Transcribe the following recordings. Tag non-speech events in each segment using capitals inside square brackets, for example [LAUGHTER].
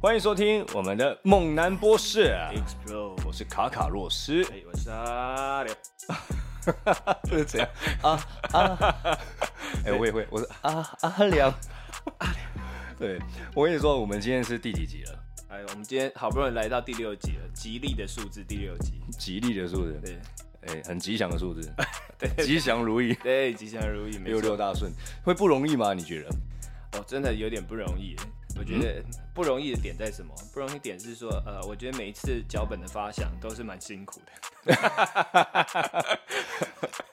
欢迎收听我们的猛男博士， Thanks, bro。我是卡卡洛斯。哎，我是阿廖。 [LAUGHS] 这是怎样？啊啊哎，我也会，我是啊阿良，对，我跟你说，我们今天是第几集了？哎，我们今天好不容易来到第六集了，吉利的数字第六集。吉利的数字，对哎，很吉祥的数字， [LAUGHS] 对吉祥如意，对，吉祥如意，没六错。六大顺，会不容易吗？你觉得？哦，真的有点不容易耶。我觉得嗯不容易的点在什么？不容易点是说，呃，我觉得每一次脚本的发想都是蛮辛苦的。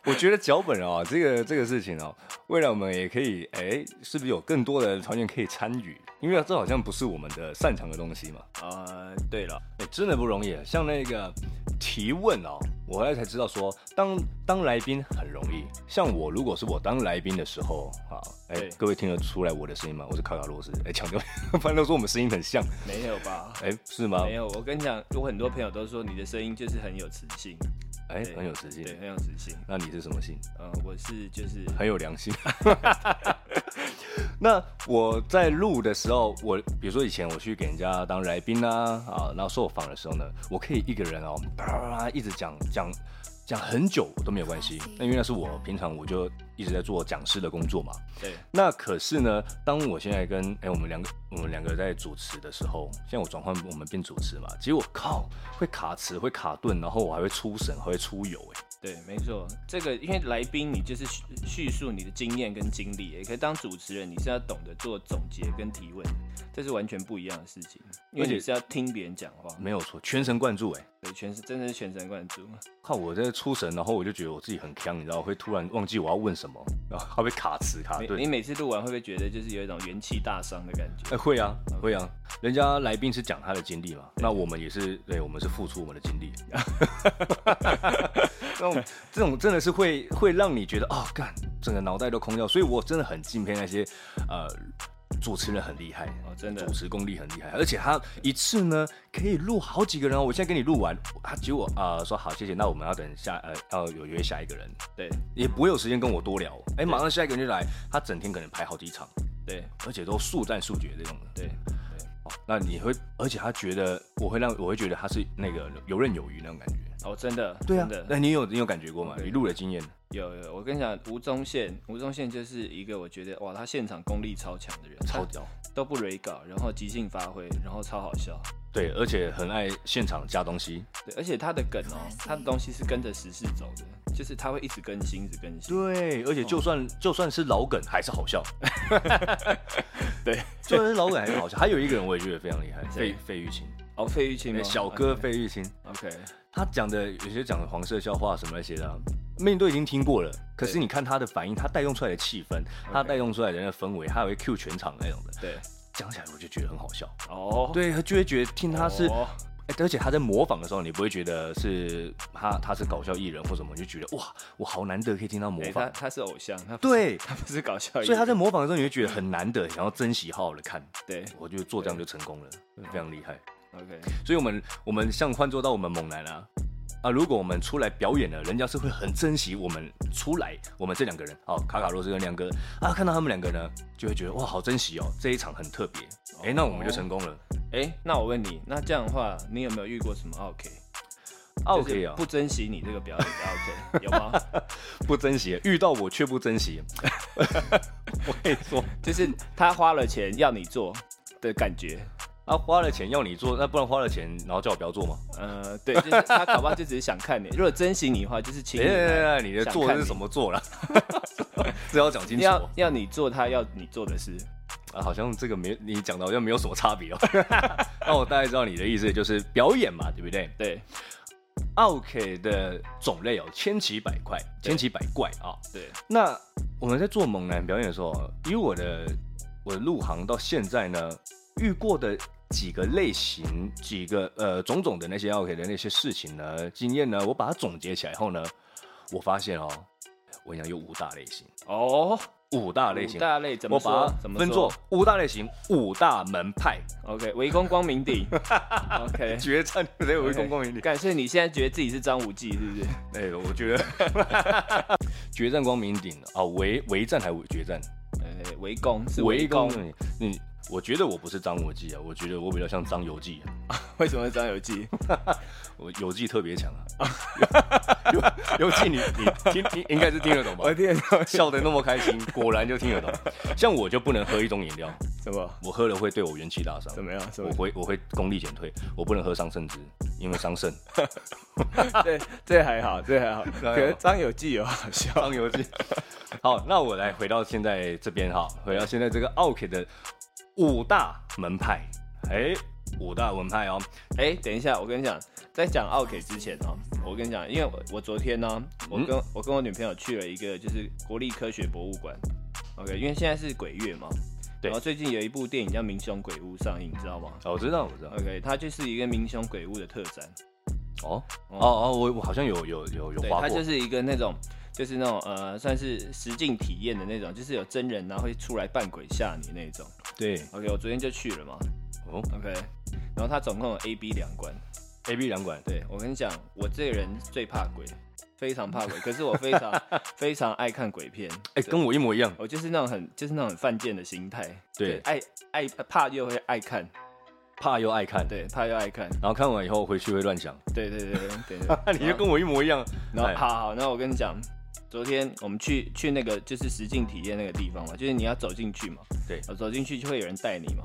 我觉得脚本啊、这个这个事情啊、未来我们也可以，哎、是不是有更多的团员可以参与？因为这好像不是我们的擅长的东西嘛。呃，对了，哎、真的不容易。像那个提问哦，我后来才知道说，当当来宾很容易。像我如果是我当来宾的时候啊，哎、对各位听得出来我的声音吗？我是卡卡洛斯。哎、强调， [LAUGHS] 反正都说我们声音很像。没有吧？哎、是吗没？有，我跟你讲，有很多朋友都说你的声音就是很有磁性，哎、对很有磁性。对，很有磁性。那你是什么性？嗯、我是就是很有良心。 [LAUGHS] 那我在录的时候，我比如说以前我去给人家当来宾啦啊，然后受访的时候呢，我可以一个人哦，啪啪啪啪一直讲讲讲很久都没有关系。那因为那是我平常我就一直在做讲师的工作嘛。对，那可是呢，当我现在跟哎、我们两个我们两个在主持的时候，现在我转换我们变主持嘛，结果靠会卡词会卡顿，然后我还会出神，还会出油哎、对，没错，这个因为来宾你就是叙叙述你的经验跟经历，也可以当主持人，你是要懂得做总结跟提问，这是完全不一样的事情，因为而且你是要听别人讲话，没有错，全神贯注哎、对，全是真的是全神贯注。靠，我在出神，然后我就觉得我自己很强，你知道，会突然忘记我要问什么，然后还会卡词卡你顿。你每次录完会不会觉得就是有一种元气大伤的感觉？哎、会啊，会啊，人家来宾是讲他的经历嘛，那我们也是，对，我们是付出我们的经历。 [LAUGHS] 这种这种真的是会会让你觉得哦，干，整个脑袋都空掉。所以我真的很敬佩那些呃主持人很厉害哦真的主持功力很厉害，而且他一次呢可以录好几个人哦。我现在跟你录完，他结果啊、呃说好谢谢，那我们要等下呃要有约下一个人，对也不会有时间跟我多聊。哎、马上下一个人就来，他整天可能排好几场，对而且都速战速决这种的。对，哦那你会，而且他觉得我会让我会觉得他是那个游刃有余那种感觉。哦，真的，对啊真，的那你有你有感觉过吗？你录的经验，有有，我跟你讲，吴宗宪，吴宗宪就是一个我觉得哇，他现场功力超强的人，超他屌。都不蕊稿，然后即兴发挥，然后超好笑。对，而且很爱现场加东西。对，而且他的梗哦，他的东西是跟着时事走的，就是他会一直更新，一直更新。对，而且就算、就算是老梗还是好 [LAUGHS] 笑，对，就算是老梗还是好笑。还有一个人我也觉得非常厉害，谁费费玉清，哦，费玉清吗？啊小哥费玉清， ，OK，他讲的有些讲的黄色笑话什么那些的、啊，妹你都已经听过了。可是对你看他的反应，他带动出来的气氛，他带动出来的那个氛围，他还会 Q 全场那种的，对，讲起来我就觉得很好笑。哦，，对，他就会觉得听他是，哦、哎而且他在模仿的时候，你不会觉得是他他是搞笑艺人或什么，你就觉得哇，我好难得可以听到模哎，仿。他哎他是偶像，他不是对，他不是搞笑艺人，所以他在模仿的时候，你会觉得很难得，想要珍惜，好好的看。哎对我就做这样就成功了，非常厉害。 ，OK，所以我们我们像换做到我们猛男啊啊，如果我们出来表演了，人家是会很珍惜我们出来，我们这两个人哦，卡卡洛斯跟亮哥啊，看到他们两个呢，就会觉得哇，好珍惜哦，这一场很特别。哦哎、那我们就成功了。哎，那我问你，那这样的话，你有没有遇过什么 OK？ OK 啊、不珍惜你这个表 [LAUGHS] 演的 OK 有吗？不珍惜，遇到我却不珍惜。我跟你说，就是他花了钱要你做的感觉，他、啊花了钱要你做，那不然花了钱然后叫我不要做吗？呃，对，就是他搞不好就只是想看你，如果珍惜你的话，就是请哎、你来你的做是什么做了？这要讲清楚要哦、要你做他要你做的事，啊。好像这个没你讲的好像没有什么差别哦。 [LAUGHS] 那我大概知道你的意思，就是表演嘛，对不对对？OK 的种类有千奇百怪，对千奇百怪啊、对，那我们在做猛男表演的时候，哦以我的我的入行到现在呢，遇过的几个类型、几个呃种种的那些 OK 的那些事情呢、经验呢，我把它总结起来后呢，我发现哦，我跟你讲有五大类型，哦，五大类型五，大类怎么我把说？它怎么分作五大类型、五大门派， ？OK，围攻光明 [LAUGHS] 顶。OK，决战谁围攻光明顶？感谢你现在觉得自己是张无忌是不是？哎、我觉得 [LAUGHS] 决战光明顶啊，围围战还是围决战？呃，围攻是围围攻攻，你，你我觉得我不是张无忌啊，我觉得我比较像张游记啊，为什么张有 [LAUGHS] 记？我游记特别强啊。 [LAUGHS] 游游记你你听听应该是听得懂吧？听得懂笑得那么开心，果然就听得懂。像我就不能喝一种饮料，什么？我喝了会对我元气大伤。怎么样？什我么？会我会功力减退，我不能喝伤肾汁，因为伤肾。这这还好，这还好。好可是 [LAUGHS] 张有记有 [LAUGHS] 好笑，张游 [LAUGHS] 记。好，那我来回到现在这边哈，回到现在这个奥 K 的五大门派，哎、五大门派哦，哎、等一下，我跟你讲，在讲奥 K 之前哦，我跟你讲，因为我我昨天呢、嗯我跟、我跟我女朋友去了一个就是国立科学博物馆，OK，因为现在是鬼月嘛，对然后最近有一部电影叫《民雄鬼屋》上映，你知道吗哦我知道，我知道， ？OK，它就是一个民雄鬼屋的特展，哦哦哦，我我好像有有有有对，划它过，就是一个那种就是那种呃，算是实境体验的那种，就是有真人啊然后会出来扮鬼吓你那种。对 OK，我昨天就去了嘛哦，OK，然后它总共有 A、B 两关。 ，A B 两馆，对我跟你讲，我这个人最怕鬼，非常怕 [LAUGHS] 鬼。可是我非常非常爱看鬼片，哎、跟我一模一样，我就是那种很就是那种很犯贱的心态。对爱爱怕又会爱看，怕又爱看，，对，怕又爱看，然后看完以后回去会乱想，。对对对对对 [LAUGHS] 对你就跟我一模一样，然后哎好好，那我跟你讲，昨天我们去去那个就是实境体验那个地方嘛，就是你要走进去嘛，对呃走进去就会有人带你嘛。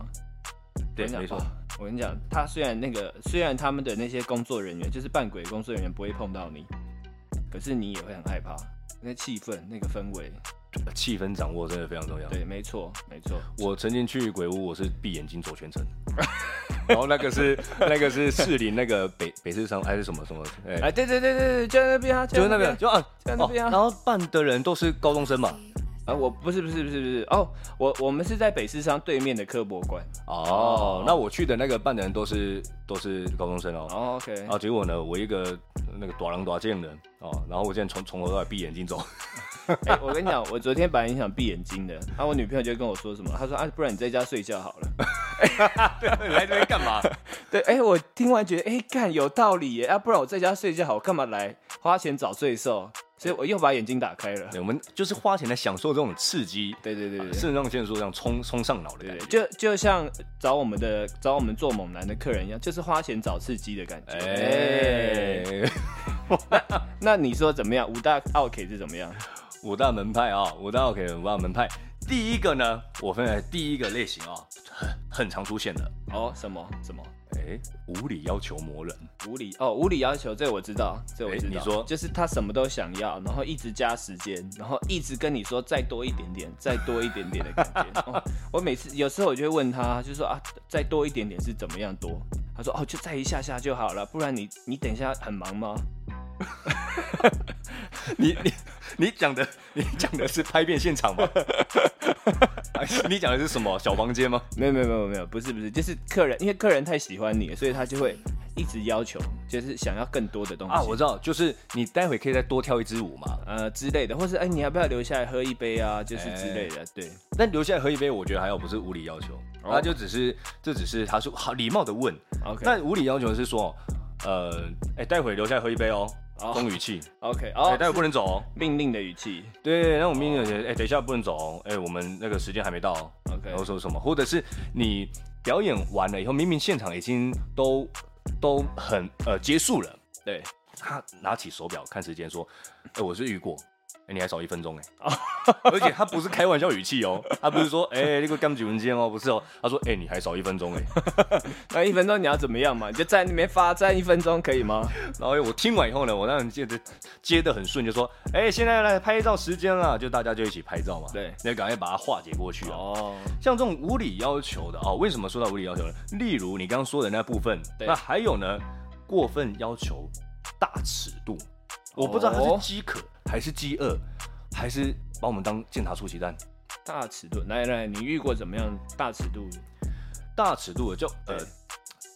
对我跟你讲没错哦我跟你讲，他虽然那个虽然他们的那些工作人员就是扮鬼的工作人员不会碰到你，可是你也会很害怕。那气氛，那个氛围，气氛掌握真的非常重要。对，没错，没错，我曾经去鬼屋，我是闭眼睛走全程。然后那个是那个是士林那个北北市商还是什么什么？哎、哎，对对对对对，就在那边啊，就是那边边，，就啊，嗯在那边啊哦然后办的人都是高中生嘛。啊，我不是不是不是不是，哦，我我们是在北市商对面的科博馆，哦，那我去的那个办的人都是都是高中生哦。哦，OK，啊，结果呢，我一个呃那个短狼短剑的哦，然后我现在从从头到尾闭眼睛 [LAUGHS] 走。哎、我跟你讲，我昨天本来很想闭眼睛的，然、后我女朋友就跟我说什么，她说啊，不然你在家睡觉好了。来这边干嘛？对，哎、我听完觉得，哎、干有道理耶，啊，不然我在家睡觉好，我干嘛来花钱找罪受？所以我又把眼睛打开了。对我们就是花钱来享受这种刺激，对对对对对肾上腺素这样冲冲上脑的对感对，觉。就就像找我们的找我们做猛男的客人一样，就是花钱找刺激的感觉。哎、哎，那你说怎么样？五大奥 K 是怎么样？五大门派啊、五大 OK 五大门派。第一个呢，我分为第一个类型啊、很很常出现的，哦，什么什么哎，无理要求魔人， [LAUGHS] 无理哦，无理要求，这我知道，这我哎知道。你说就是他什么都想要，然后一直加时间，然后一直跟你说再多一点点，再多一点点的感 [LAUGHS] 觉。哦、我每次有时候我就会问他，就说啊，再多一点点是怎么样多？他说哦，就再一下下就好了，不然你你等一下很忙吗？你你你讲的你讲的是拍片现 [LAUGHS] 场吗？还是你讲的是什么小房间吗？没有没有没有没有，不是不是，就是客人，因为客人太喜欢你了，所以他就会一直要求，就是想要更多的东西啊，我知道，就是你待会可以再多跳一支舞嘛。呃之类的，或是哎、你要不要留下来喝一杯啊？就是之类的，对。但留下来喝一杯，我觉得还好，不是无理要求，哦他就只是这只是他说好礼貌的问， OK，但无理要求是说，呃，哎、待会留下来喝一杯哦，哦风语气， OK 哎、哦，待会不是能走哦。命令的语气。对，那我们有人哎，等一下不能走哦，哎，我们那个时间还没到哦， OK 然后说什么，或者是你表演完了以后，明明现场已经都都很呃结束了，对，他拿起手表看时间说，哎，我是遇过。哎，你还少一分钟哎！ [LAUGHS] 而且他不是开玩笑语气哦，他不是说哎那个干几分钟哦，不是哦，他说哎你还少一分钟哎， [LAUGHS] 那一分钟你要怎么样嘛？你就站那边发站一分钟可以吗？然后我听完以后呢，我当然接着接的很顺，就说哎现在来拍照时间了，就大家就一起拍照嘛，对那赶快把它化解过去啊。哦，像这种无理要求的哦，为什么说到无理要求呢？例如你刚刚说的那部分，对那还有呢，过分要求大尺度，我不知道他哦是饥渴还是饥饿，还是把我们当健达出奇蛋。大尺度，来来，你遇过怎么样大尺度？大尺度的就呃对，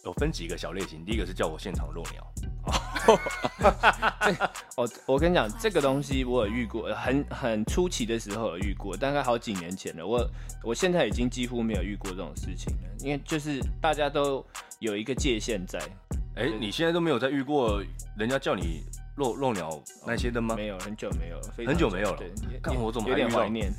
有分几个小类型，第一个是叫我现场露鸟，哦，我跟你讲，这个东西我有遇过，很很出奇的时候有遇过，大概好几年前了。我我现在已经几乎没有遇过这种事情了，因为就是大家都有一个界限在，哎、对你现在都没有在遇过人家叫你露露鸟那些的吗？没有很久没有了，非常很久没有了对，干有我怎么有还点遇到怀念？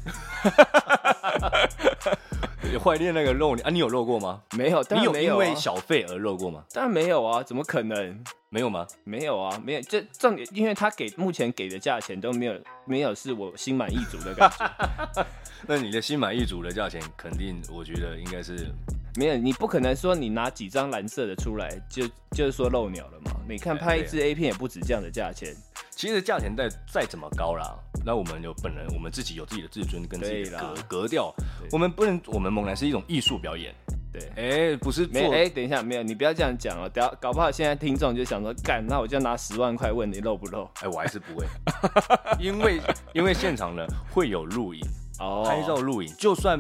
有怀念那个肉你啊，你有肉过吗？没有，当你然有没因啊为小费而肉过吗？当然没有啊，怎么可能？没有吗？没有啊，没有，这重点，因为他给目前给的价钱都没有，没有是我心满意足的感觉。 [LAUGHS] 那你的心满意足的价钱，肯定我觉得应该是没有，你不可能说你拿几张蓝色的出来，就就是说漏鸟了嘛？你看哎拍一对啊支 A 片也不止这样的价钱，其实价钱再再怎么高啦，那我们有本人，我们自己有自己的自尊跟自己对的啦格格调对，我们不能，我们猛男是一种艺术表演，对。哎、不是没做，哎、等一下，没有，你不要这样讲哦。等下，搞不好现在听众就想说，干，那我就拿十万块问你漏不漏？哎、我还是不会， [LAUGHS] 因为因为现场呢会有录影，哦，拍照录影，就算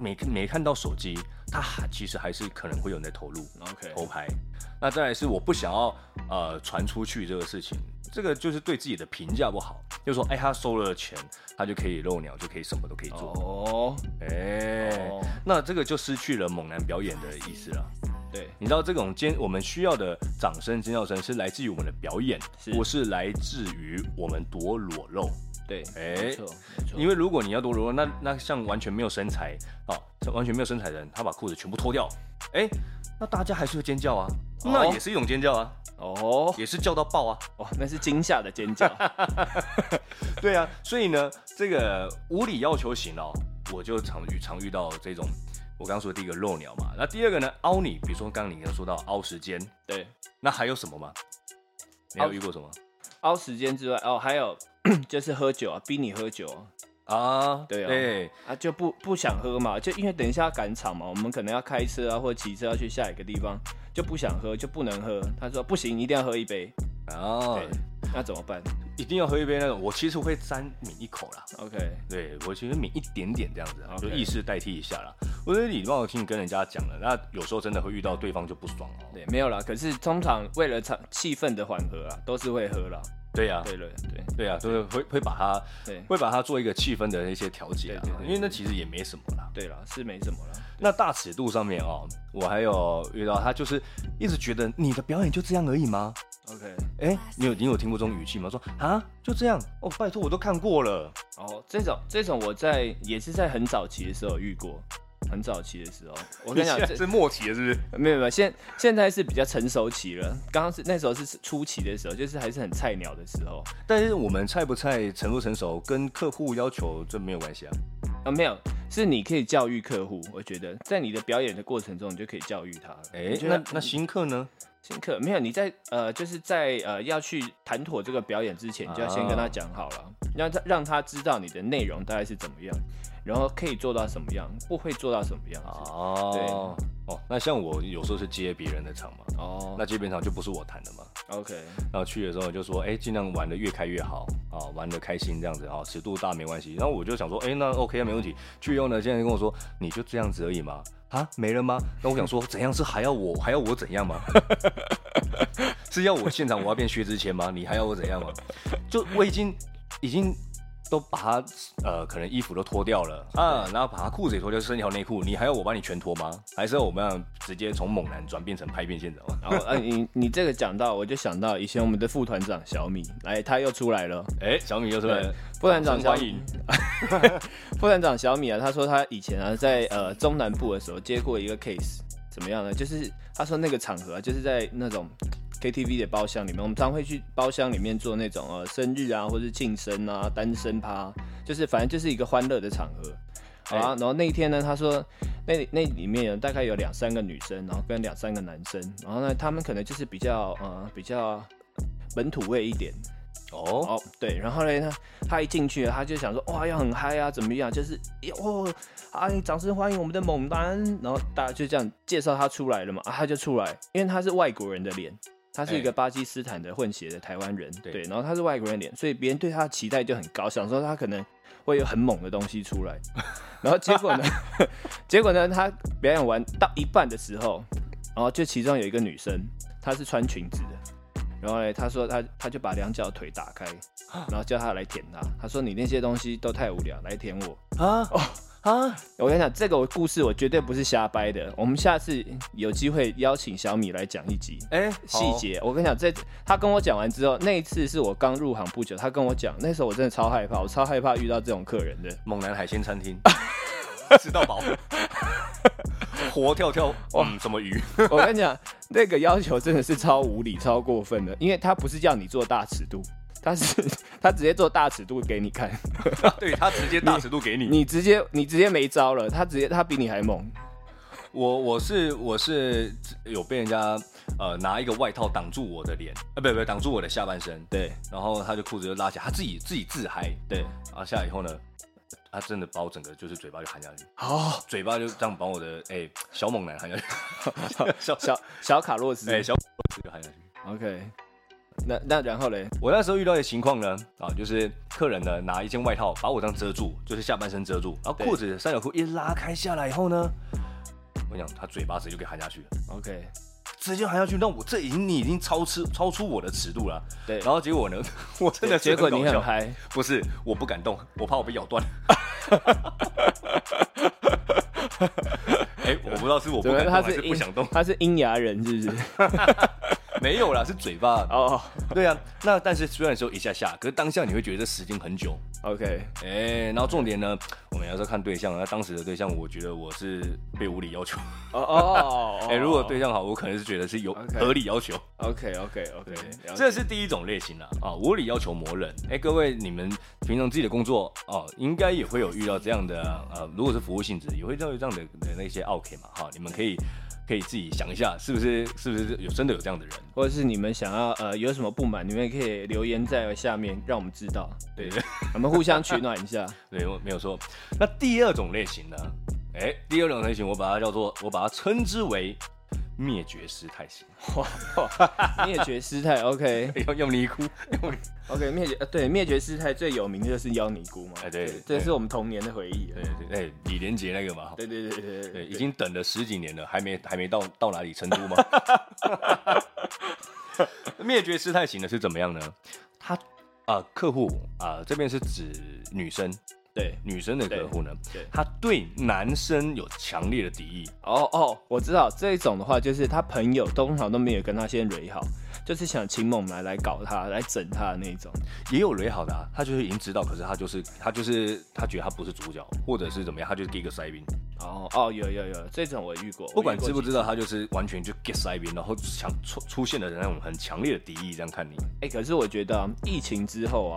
没没看到手机，他还其实还是可能会有人在投入，OK，偷拍。那再来是我不想要呃传出去这个事情，这个就是对自己的评价不好，就说哎、他收了钱，他就可以露鸟，就可以什么都可以做，哦，哎、哦那这个就失去了猛男表演的意思了。对，你知道这种尖，我们需要的掌声、尖叫声是来自于我们的表演，是不是来自于我们多裸露。对，哎没错，没错，因为如果你要多裸露，那那像完全没有身材啊、哦，完全没有身材的人，他把裤子全部脱掉，哎，那大家还是会尖叫啊，哦那也是一种尖叫啊，哦，也是叫到爆 [LAUGHS] 啊。哇，那是惊吓的尖 [LAUGHS] 叫，对啊，所以呢，这个无理要求型哦，我就常遇常遇到这种。我刚刚说第一个露鸟嘛，那第二个呢，凹你，比如说刚刚你刚说到凹时间，对，那还有什么吗？你还哦有遇过什么凹时间之外，哦，还有 [CLEARS THROAT] 就是喝酒啊，逼你喝酒啊，啊？对啊对，啊就不不想喝嘛，就因为等一下要赶场嘛，我们可能要开车啊，或骑车要去下一个地方，就不想喝，就不能喝。他说不行，一定要喝一杯，哦对，，那怎么办一定要喝一杯那种，我其实会沾抿一口啦。 ？OK，对我其实抿一点点这样子啊，就 OK 意识代替一下啦。我觉得礼貌性跟人家讲了，那有时候真的会遇到对方就不爽哦。对，没有啦。可是通常为了场气氛的缓和啊，都是会喝啦。对呀、啊，对了，对对呀、啊，就是会会把它对会把它做一个气氛的一些调节啊对对，对因为那其实也没什么啦。对啦，是没什么啦。那大尺度上面哦，我还有遇到他就是一直觉得你的表演就这样而已吗？ OK，哎、你有你有听过这种语气吗？说啊就这样哦，拜托我都看过 [LAUGHS] 了。哦，这种这种我在也是在很早期的时候有遇过，很早期的时候，我我跟 [LAUGHS] 你讲，这是默契了，是不是？没有没有，现现在是比较成熟期了。刚刚是那时候是初期的时候，就是还是很菜鸟的时候但是我们菜不菜、成不成熟，跟客户要求这没有关系啊。啊，没有，是你可以教育客户。我觉得在你的表演的过程中，你就可以教育他了。哎、我觉得那那新客呢？新客没有你在呃，就是在呃要去谈妥这个表演之前，你就要先跟他讲好了，让他让他知道你的内容大概是怎么样，然后可以做到什么样，不会做到什么样子。哦，哦，那像我有时候是接别人的场嘛，哦，那接别人场就不是我谈的嘛。 OK，然后去的时候就说，哎、尽量玩的越开越好啊、玩的开心这样子啊、尺度大没关系。然后我就想说，哎、那 OK 啊，没问题。去以后呢，现在跟我说，你就这样子而已嘛，啊，没了吗？那我想说，怎样是还要我还要我怎样吗？ [LAUGHS] 是要我现场我要变薛之谦吗？你还要我怎样吗？就我已经已经都把他呃可能衣服都脱掉了嗯啊，然后把他裤子也脱掉，就剩一条内裤，你还要我帮你全脱吗？还是要我们要直接从猛男转变成拍片现场吗？然后呃，你你这个讲到，我就想到以前我们的副团长小米，来，他又出来了。哎、小米又出来了对。副团长小欢迎米，副团长小米啊，他说他以前啊在呃中南部的时候接过一个 case，怎么样呢？就是他说那个场合、啊、就是在那种 KTV 的包厢里面，我们常会去包厢里面做那种呃生日啊，或是庆生啊、单身趴，就是反正就是一个欢乐的场合。好啊，然后那一天呢，他说那里那里面有大概有两三个女生，然后跟两三个男生，然后呢，他们可能就是比较呃比较本土味一点，哦，哦，对，然后呢，他他一进去，他就想说，哇，要很嗨啊，怎么样？就是，哎哦，哎，掌声欢迎我们的猛男。然后大家就这样介绍他出来了嘛，啊，他就出来，因为他是外国人的脸，他是一哎个巴基斯坦的混血的台湾人，对对，然后他是外国人脸，所以别人对他的期待就很高，想说他可能会有很猛的东西出来。然后结果呢， [LAUGHS] 结果呢，他表演完到一半的时候，然后就其中有一个女生，她是穿裙子的，然后呢，她说她她就把两脚腿打开，然后叫她来舔她，她说你那些东西都太无聊，来舔我。啊啊！我跟你讲，这个故事我绝对不是瞎掰的，我们下次有机会邀请小米来讲一集。哎、细节，我跟你讲，这他跟我讲完之后，那一次是我刚入行不久，他跟我讲，那时候我真的超害怕，我超害怕遇到这种客人的。猛男海鲜餐厅，吃到饱。活跳跳，嗯，什么鱼？我跟你讲，那个要求真的是超无理、超过分的，因为他不是叫你做大尺度，他是他直接做大尺度给你看，对他直接大尺度给你。你直接你直接没招了，他直接他比你还猛。我我是我是有被人家呃拿一个外套挡住我的脸，呃，不不挡住我的下半身，对然后他就裤子就拉起来，他自己自己自嗨，对，然后下来以后呢，他真的把我整个就是嘴巴就含下去，好、嘴巴就这样把我的哎、小猛男含下去，小小小卡洛斯、哎、小就含下去。 o k 那那然后嘞，我那时候遇到的情况呢，啊，就是客人呢拿一件外套把我这样遮住，就是下半身遮住，然后裤子三角裤一拉开下来以后呢，我跟你讲他嘴巴直接就给含下去了， OK，直接含下去，那我这已经你已经超吃超出我的尺度了。对，然后结 [LAUGHS] 果呢，我真的是结果你搞笑很嗨，不是，我不敢动，我怕我被咬 [LAUGHS] 断。哎、我不知道是我不怎么敢动他还是阴不想动，他是阴阳人是不 [LAUGHS] 是？没有啦，是嘴巴。哦、对啊，那但是虽然说一下下，可是当下你会觉得这时间很久。 o k 哎、然后重点呢，我们要是看对象，那当时的对象，我觉得我是被无理要求。哦哦，哎、如果对象好，我可能是觉得是有 OK 合理要求。 ，OK OK OK，这是第一种类型啦，啊，无理要求磨人。哎、各位，你们平常自己的工作哦、应该也会有遇到这样的呃，如果是服务性质，也会遇到这样的的那些 OK 嘛，哈、你们可以可以自己想一下，是不是是不是有真的有这样的人？或者是你们想要呃有什么不满，你们也可以留言在下面，让我们知道，对对我们互相取暖一下。对，我没有说。那第二种类型呢？哎、第二种类型我把它叫做，我把它称之为灭绝师太型，灭绝师太，OK [LAUGHS] 要用尼 [LAUGHS] 姑，用尼 OK，灭绝呃对灭绝师太最有名的就是妖尼姑嘛，哎对这对是我们童年的回忆了。对对对，哎李连杰那个嘛，对对对对对对，已对经等了十几年了，还没还没到到哪里？成都吗？ [LAUGHS] 灭绝师太型的是怎么样呢？他啊、客户啊、这边是指女生，对，女生的对客户呢对，他对男生有强烈的敌意，哦哦，我知道这种的话，就是他朋友通常都没有跟他先蕊好，就是想请猛男来搞他，来整他的那种。也有雷好的、啊，他就是已经知道，可是他就是他就是他觉得他不是主角，或者是怎么样，他就是给一个塞宾，哦哦，有有有，这种我遇过，不管我遇过知不几知道，他就是完全就 get 塞宾，然后强出出现了那种很强烈的敌意，这样看你。哎、可是我觉得、啊、疫情之后啊，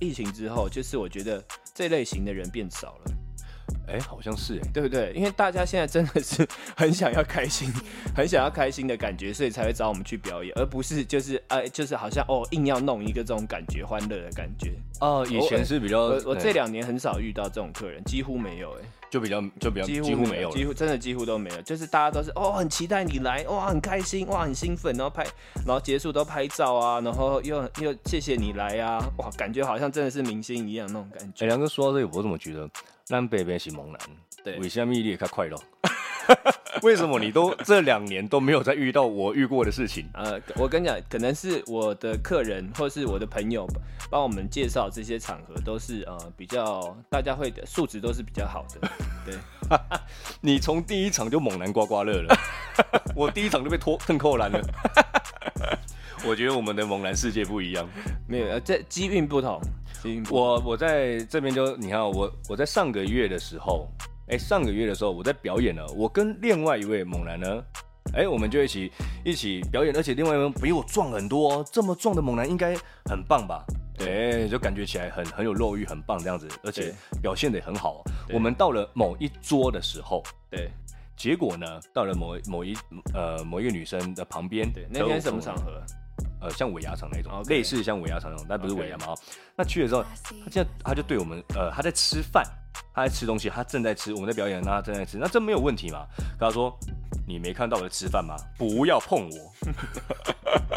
疫情之后就是我觉得这类型的人变少了，哎、好像是哎、对不对？因为大家现在真的是很想要开心，很想要开心的感觉，所以才会找我们去表演，而不是就是哎、就是好像哦硬要弄一个这种感觉欢乐的感觉。哦，以前是比较我我嗯这两年很少遇到这种客人，几乎没有哎、就比较就比较几几乎乎没有几了。乎真的几乎都没有，就是大家都是哦，很期待你来，哇，很开心，哇，很兴奋，然后拍，然后结束都拍照啊，然后又又谢谢你来啊，哇，感觉好像真的是明星一样那种感觉。哎，梁哥说到这里，我怎么觉得咱北北是猛男？对为什么你也较快乐？为什么你都这两年都没有再遇到我遇过的事情？呃，我跟你讲，可能是我的客人或是我的朋友帮我们介绍这些场合，都是呃比较大家会的素质都是比较好的，对，你从第一场就猛男刮刮乐 [LAUGHS] 了，我第一场就被拖腾扣篮了。我觉得我们的猛男世界不一样。没有呃这机运不同，机运不同我我在这边就你看哦我我在上个月的时候，哎、上个月的时候我在表演了，我跟另外一位猛男呢，哎、我们就一起一起表演，而且另外一位比我壮很多、哦，这么壮的猛男应该很棒吧？对，就感觉起来很很有肉欲，很棒这样子，而且表现的很好哦、对我们到了某一桌的时候，对结果呢，到了某某一呃某一个女生的旁边，对，那天什么场合？呃，像尾牙厂那种 OK 类似像尾牙厂那种，但不是 OK 尾牙嘛。哦那去的时候，他这样他就对我们，呃，他在吃饭，他在吃东西，他正在吃，我们在表演，那他正在吃，那这没有问题嘛？可他说：“你没看到我在吃饭吗？不要碰我，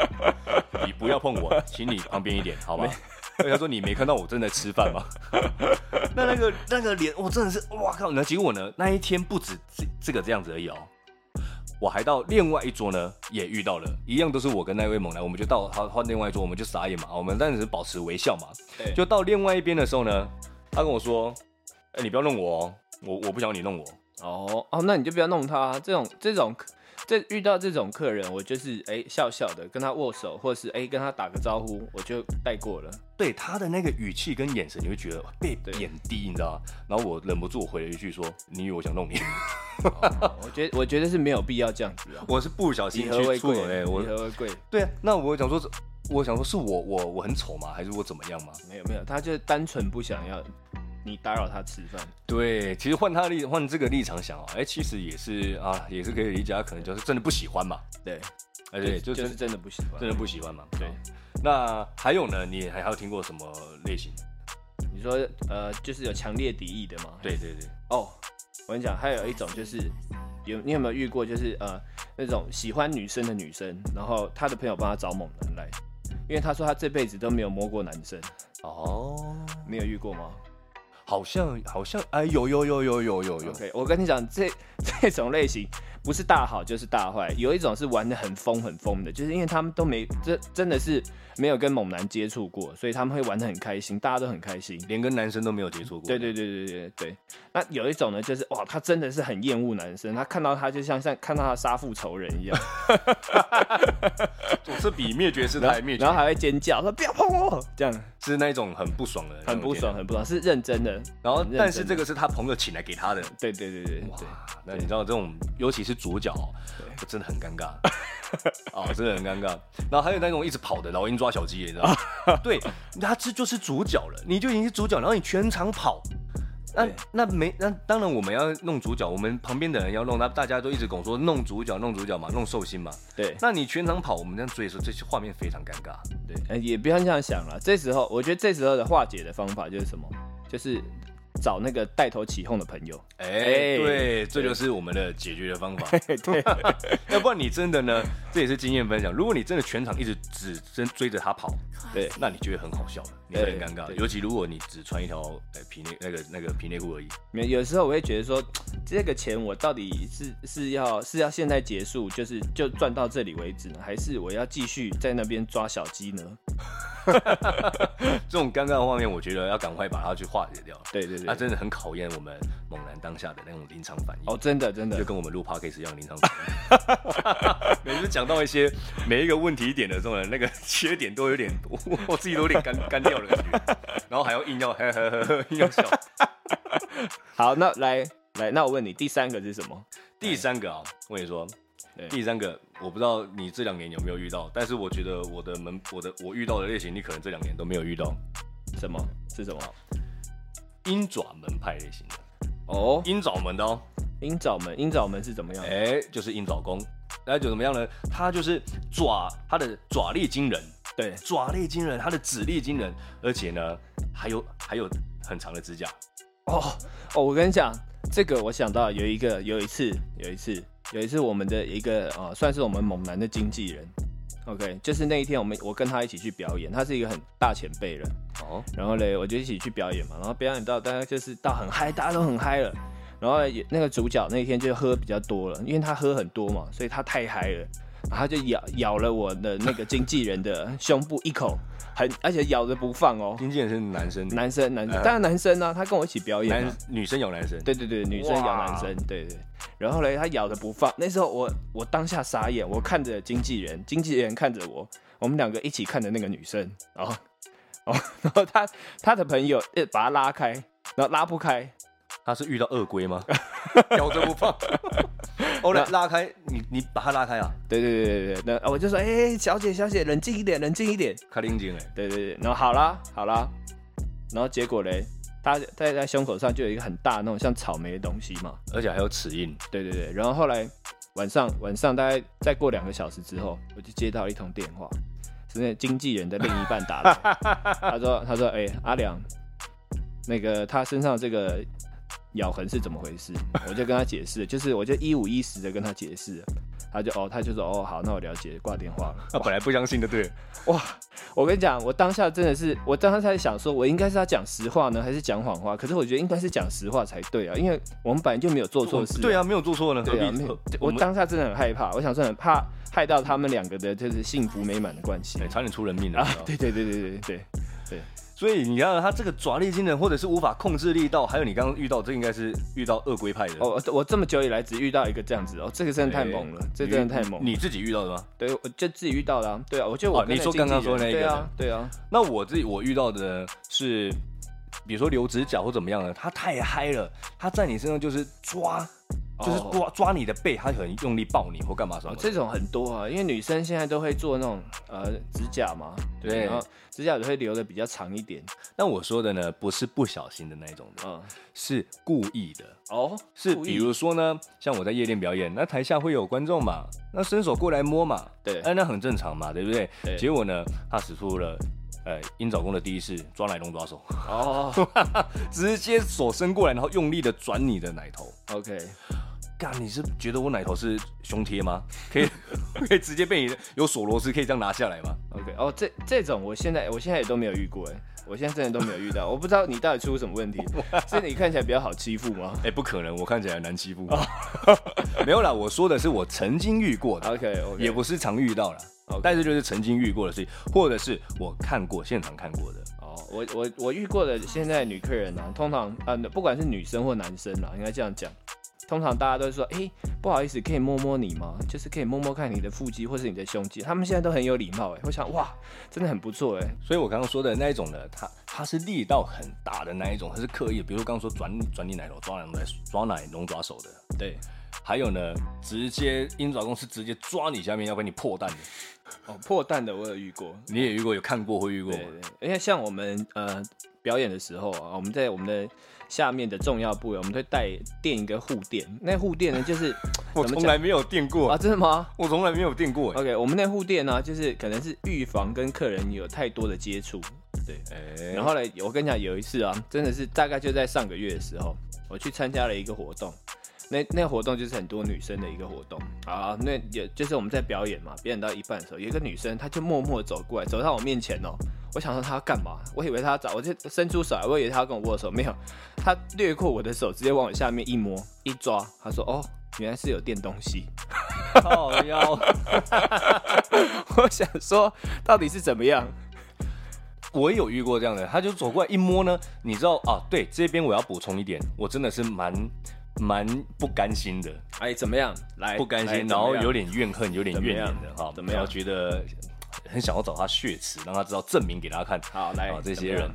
[LAUGHS] 你不要碰我，请你旁边一点，好吗？”对他说：“你没看到我正在吃饭吗？” [LAUGHS] 那那个那个脸，我真的是，哇靠！那结果呢？那一天不止这这个这样子而已哦。我还到另外一桌呢，也遇到了，一样都是我跟那位猛男，我们就到他换另外一桌，我们就傻眼嘛，我们当时保持微笑嘛。对就到另外一边的时候呢，他跟我说：“哎、你不要弄我哦，我我不想你弄我。啊哦哦，那你就不要弄他、这种这种，这遇到这种客人，我就是哎、笑笑的跟他握手，或是哎、跟他打个招呼，我就带过了。对他的那个语气跟眼神，你会觉得哇被对贬低，你知道吗？然后我忍不住我回了一句说：“你以为我想弄你？哦我觉得我觉得是没有必要这样子 [LAUGHS] 啊，我是不小以心和去为触贵，哎、以我和为贵。对啊。那我想说，我想说是我我我很丑吗？还是我怎么样吗？没有没有，他就是单纯不想要你打扰他吃饭。对，其实换他立换这个立场想哦，哎、其实也是啊，也是可以理解，他可能就是真的不喜欢嘛，对，而且就就是真、真的不喜欢。真的不喜欢嘛。对啊，那还有呢？你还还有听过什么类型？你说呃，就是有强烈敌意的吗？对对对，哦，我跟你讲，还有一种就是有你有没有遇过，就是呃那种喜欢女生的女生，然后她的朋友帮她找猛男来，因为她说她这辈子都没有摸过男生，哦，你有遇过吗好像好像哎，有有有有有有有， ？OK，我跟你讲，这 [LAUGHS] 这种类型不是大好就是大坏，有一种是玩的很疯很疯的，就是因为他们都没这真的是没有跟猛男接触过，所以他们会玩的很开心，大家都很开心。连跟男生都没有接触过。对对对对对对。那有一种呢，就是哇，他真的是很厌恶男生，他看到他就像像看到他杀父仇人一样，我是比灭绝师太灭绝然，后还会尖叫说不要碰我，这样是那种很不爽的，[LAUGHS] 很不爽，。很不爽，是认真的。然后很，认但是真这个是他朋友请来给他的。对对对对哇对，，那你知道这种，尤其是左脚哦，我真的很尴尬，哦，真的很尴尬。然后还有那种一直跑的老鹰抓小鸡，你知道吗？ [LAUGHS] 对，他这就是主角了，你就已经是主角，然后你全场跑。那对那没那当然我们要弄主角，我们旁边的人要弄，那大家都一直拱说弄主角弄主角嘛，弄寿星嘛。对那你全场跑，我们这样追的时候，这些画面非常尴尬。对，呃也不要这样想了。这时候，我觉得这时候的化解的方法就是什么？就是找那个带头起哄的朋友。哎、哎对，这就是我们的解决的方法。要不然你真的呢，这也是经验分享。如果你真的全场一直只真追着他跑，对那你就会很好笑了，你会很尴尬。对尤其如果你只穿一条呃皮内那个那个皮内裤而已， [LAUGHS] 没有有时候我会觉得说，这个钱我到底是是要是要现在结束，就是就赚到这里为止呢，还是我要继续在那边抓小鸡呢？这种尴尬的画面，我觉得要赶快把它去化解掉。对对对，那、啊真的很考验我们猛男当下的那种临场反应。哦，真的真的就，跟我们录 podcast 一样，临场反应。每次讲到一些每一个问题点的时候呢，那个缺点都有点，我我自己都有点干干掉的感觉，然后还要硬要呵呵呵呵硬要笑。好，那来来，那我问你，第三个是什么？第三个啊，我跟你说对，第三个我不知道你这两年有没有遇到，但是我觉得我的门我的我遇到的类型，你可能这两年都没有遇到什么是什么？鹰爪门派类型的哦，鹰爪门的哦，鹰爪门，鹰爪门是怎么样？哎，就是鹰爪功，那就怎么样呢？它就是爪，它的爪力惊人，对，爪力惊人，它的指力惊人，而且呢，还有还有很长的指甲。哦哦，我跟你讲，这个我想到有一个，有一次，有一次，有一次，我们的一个呃，算是我们猛男的经纪人，OK，就是那一天我们我跟他一起去表演，他是一个很大前辈了，哦，然后嘞，我就一起去表演嘛，然后表演到大家就是到很嗨，大家都很嗨了。然后也那个主角那天就喝比较多了，因为他喝很多嘛，所以他太嗨了，然后他就咬咬了我的那个经纪人的胸部一口，很而且咬着不放哦。经纪人是男生，男生，男生，当然男生啊，他跟我一起表演、啊，男女生咬男生，对对对，女生咬男生，对对。然后嘞，他咬着不放。那时候我我当下傻眼，我看着经纪人，经纪人看着我，我们两个一起看着那个女生，然后哦， [LAUGHS] 然后他他的朋友呃把他拉开，然后拉不开，他是遇到鳄龟 [LAUGHS] 吗？咬着不 [LAUGHS] 放。哦，拉拉开，你你把它拉开啊，对对对对对，那啊我就说，哎、小姐小姐，冷静一点，冷静一点，开领巾哎。对对对，然后好啦好啦，然后结果嘞，他在在胸口上就有一个很大那种像草莓的东西嘛，而且还有齿印，对对对，然后后来晚上晚上大概再过两个小时之后，我就接到一通电话，是那经纪人的另一半打来，他说他说哎、阿良，那个他身上这个咬痕是怎么回事？我就跟他解释，就是我就一五一十的跟他解释，他就哦他就说哦好，那我了解，挂电话了。他啊本来不相信的，对，哇，我跟你讲，我当下真的是，我当时在想说，我应该是要讲实话呢，还是讲谎话？可是我觉得应该是讲实话才对啊，因为我们本来就没有做错事、对啊，没有做错呢，何对啊，没必有何？我们当下真的很害怕，我想说很怕害到他们两个的，就是幸福美满的关系哎差点出人命了啊你知道！吗对对对对对对，所以你看他这个爪力惊人，或者是无法控制力道，还有你刚刚遇到，这应该是遇到鳄龟派的。哦，我这么久以来只遇到一个这样子哦，这个真的太猛了，这真的太猛了。你你自己遇到的吗？对，我就自己遇到了、啊。对啊，我就我哦跟、你说刚刚说那一个对啊，对啊，那我自己我遇到的是，比如说留指甲或怎么样的，他太嗨了，他在你身上就是抓，就是哦抓、抓你的背，他很用力抱你或干嘛什么哦的。这种很多啊，因为女生现在都会做那种呃指甲嘛，对然后指甲也会留的比较长一点，那我说的呢，不是不小心的那一种人，嗯，是故意的。哦，是，故意比如说呢，像我在夜店表演，那台下会有观众嘛，那伸手过来摸嘛，对哎、那很正常嘛，对不对？对结果呢，他使出了呃鹰爪功的第一式，抓奶龙抓手， [LAUGHS] 哦直接手伸过来，然后用力的转你的奶头。哦，OK，干，你是觉得我奶头是胸贴吗？可 [LAUGHS] 以，可以直接被你的有锁螺丝可以这样拿下来吗？ OK，哦，这这种我现在我现在也都没有遇过哎，我现在真的都没有遇到，我不知道你到底出什么 [LAUGHS] 问题，是你看起来比较好欺负吗哎、不可能，我看起来很难欺负。 [LAUGHS] 没有啦，我说的是我曾经遇过的。 ？OK [LAUGHS] OK，也不是常遇到啦哦 OK 但是就是曾经遇过的事情，或者是我看过现场看过的。哦，我我我遇过的现在的女客人啊，通常呃不管是女生或男生啊啦，应该这样讲，通常大家都会说，哎、不好意思，可以摸摸你吗？就是可以摸摸看你的腹肌或是你的胸肌，他们现在都很有礼貌哎、我想哇，真的很不错哎、所以我刚刚说的那一种呢，它它是力道很大的那一种，它是刻意的，比如刚刚说转转你奶头、抓奶龙、抓奶龙爪手的。对，还有呢，直接鹰爪公是直接抓你下面，要不然你破蛋的。哦，破蛋的我有遇过，你也遇过，有看过或遇过对吗？对，因为像我们呃表演的时候啊，我们在我们的下面的重要部位，我们会带垫一个护垫，那护垫呢就是我怎么从讲来没有电过，啊，真的吗？我从来没有电过。哎、 OK，我们那护垫呢，就是可能是预防跟客人有太多的接触，对。然哎 [LAUGHS] 后呢，我跟你讲，有一次啊，真的是大概就在上个月的时候，我去参加了一个活动，那那活动就是很多女生的一个活动啊，那也就是我们在表演嘛，表演到一半的时候，有一个女生她就默默地走过来，走到我面前哦、我想说她要干嘛？我以为她要找，我就伸出手来，我以为她要跟我握手，没有，她掠过我的手，直接往我下面一摸一抓，她说：“哦，原来是有垫东西。” [LAUGHS] 靠腰，我想说，到底是怎么样？我也有遇过这样的，他就走过来一摸呢，你知道啊？对，这边我要补充一点，我真的是蛮蛮不甘心的。哎，怎么样？来，不甘来心，然后有点点怨恨，有点怨言的哈，怎么样然后觉得很想要找他血池，让他知道证明给他看。好来啊这哎怎么些人样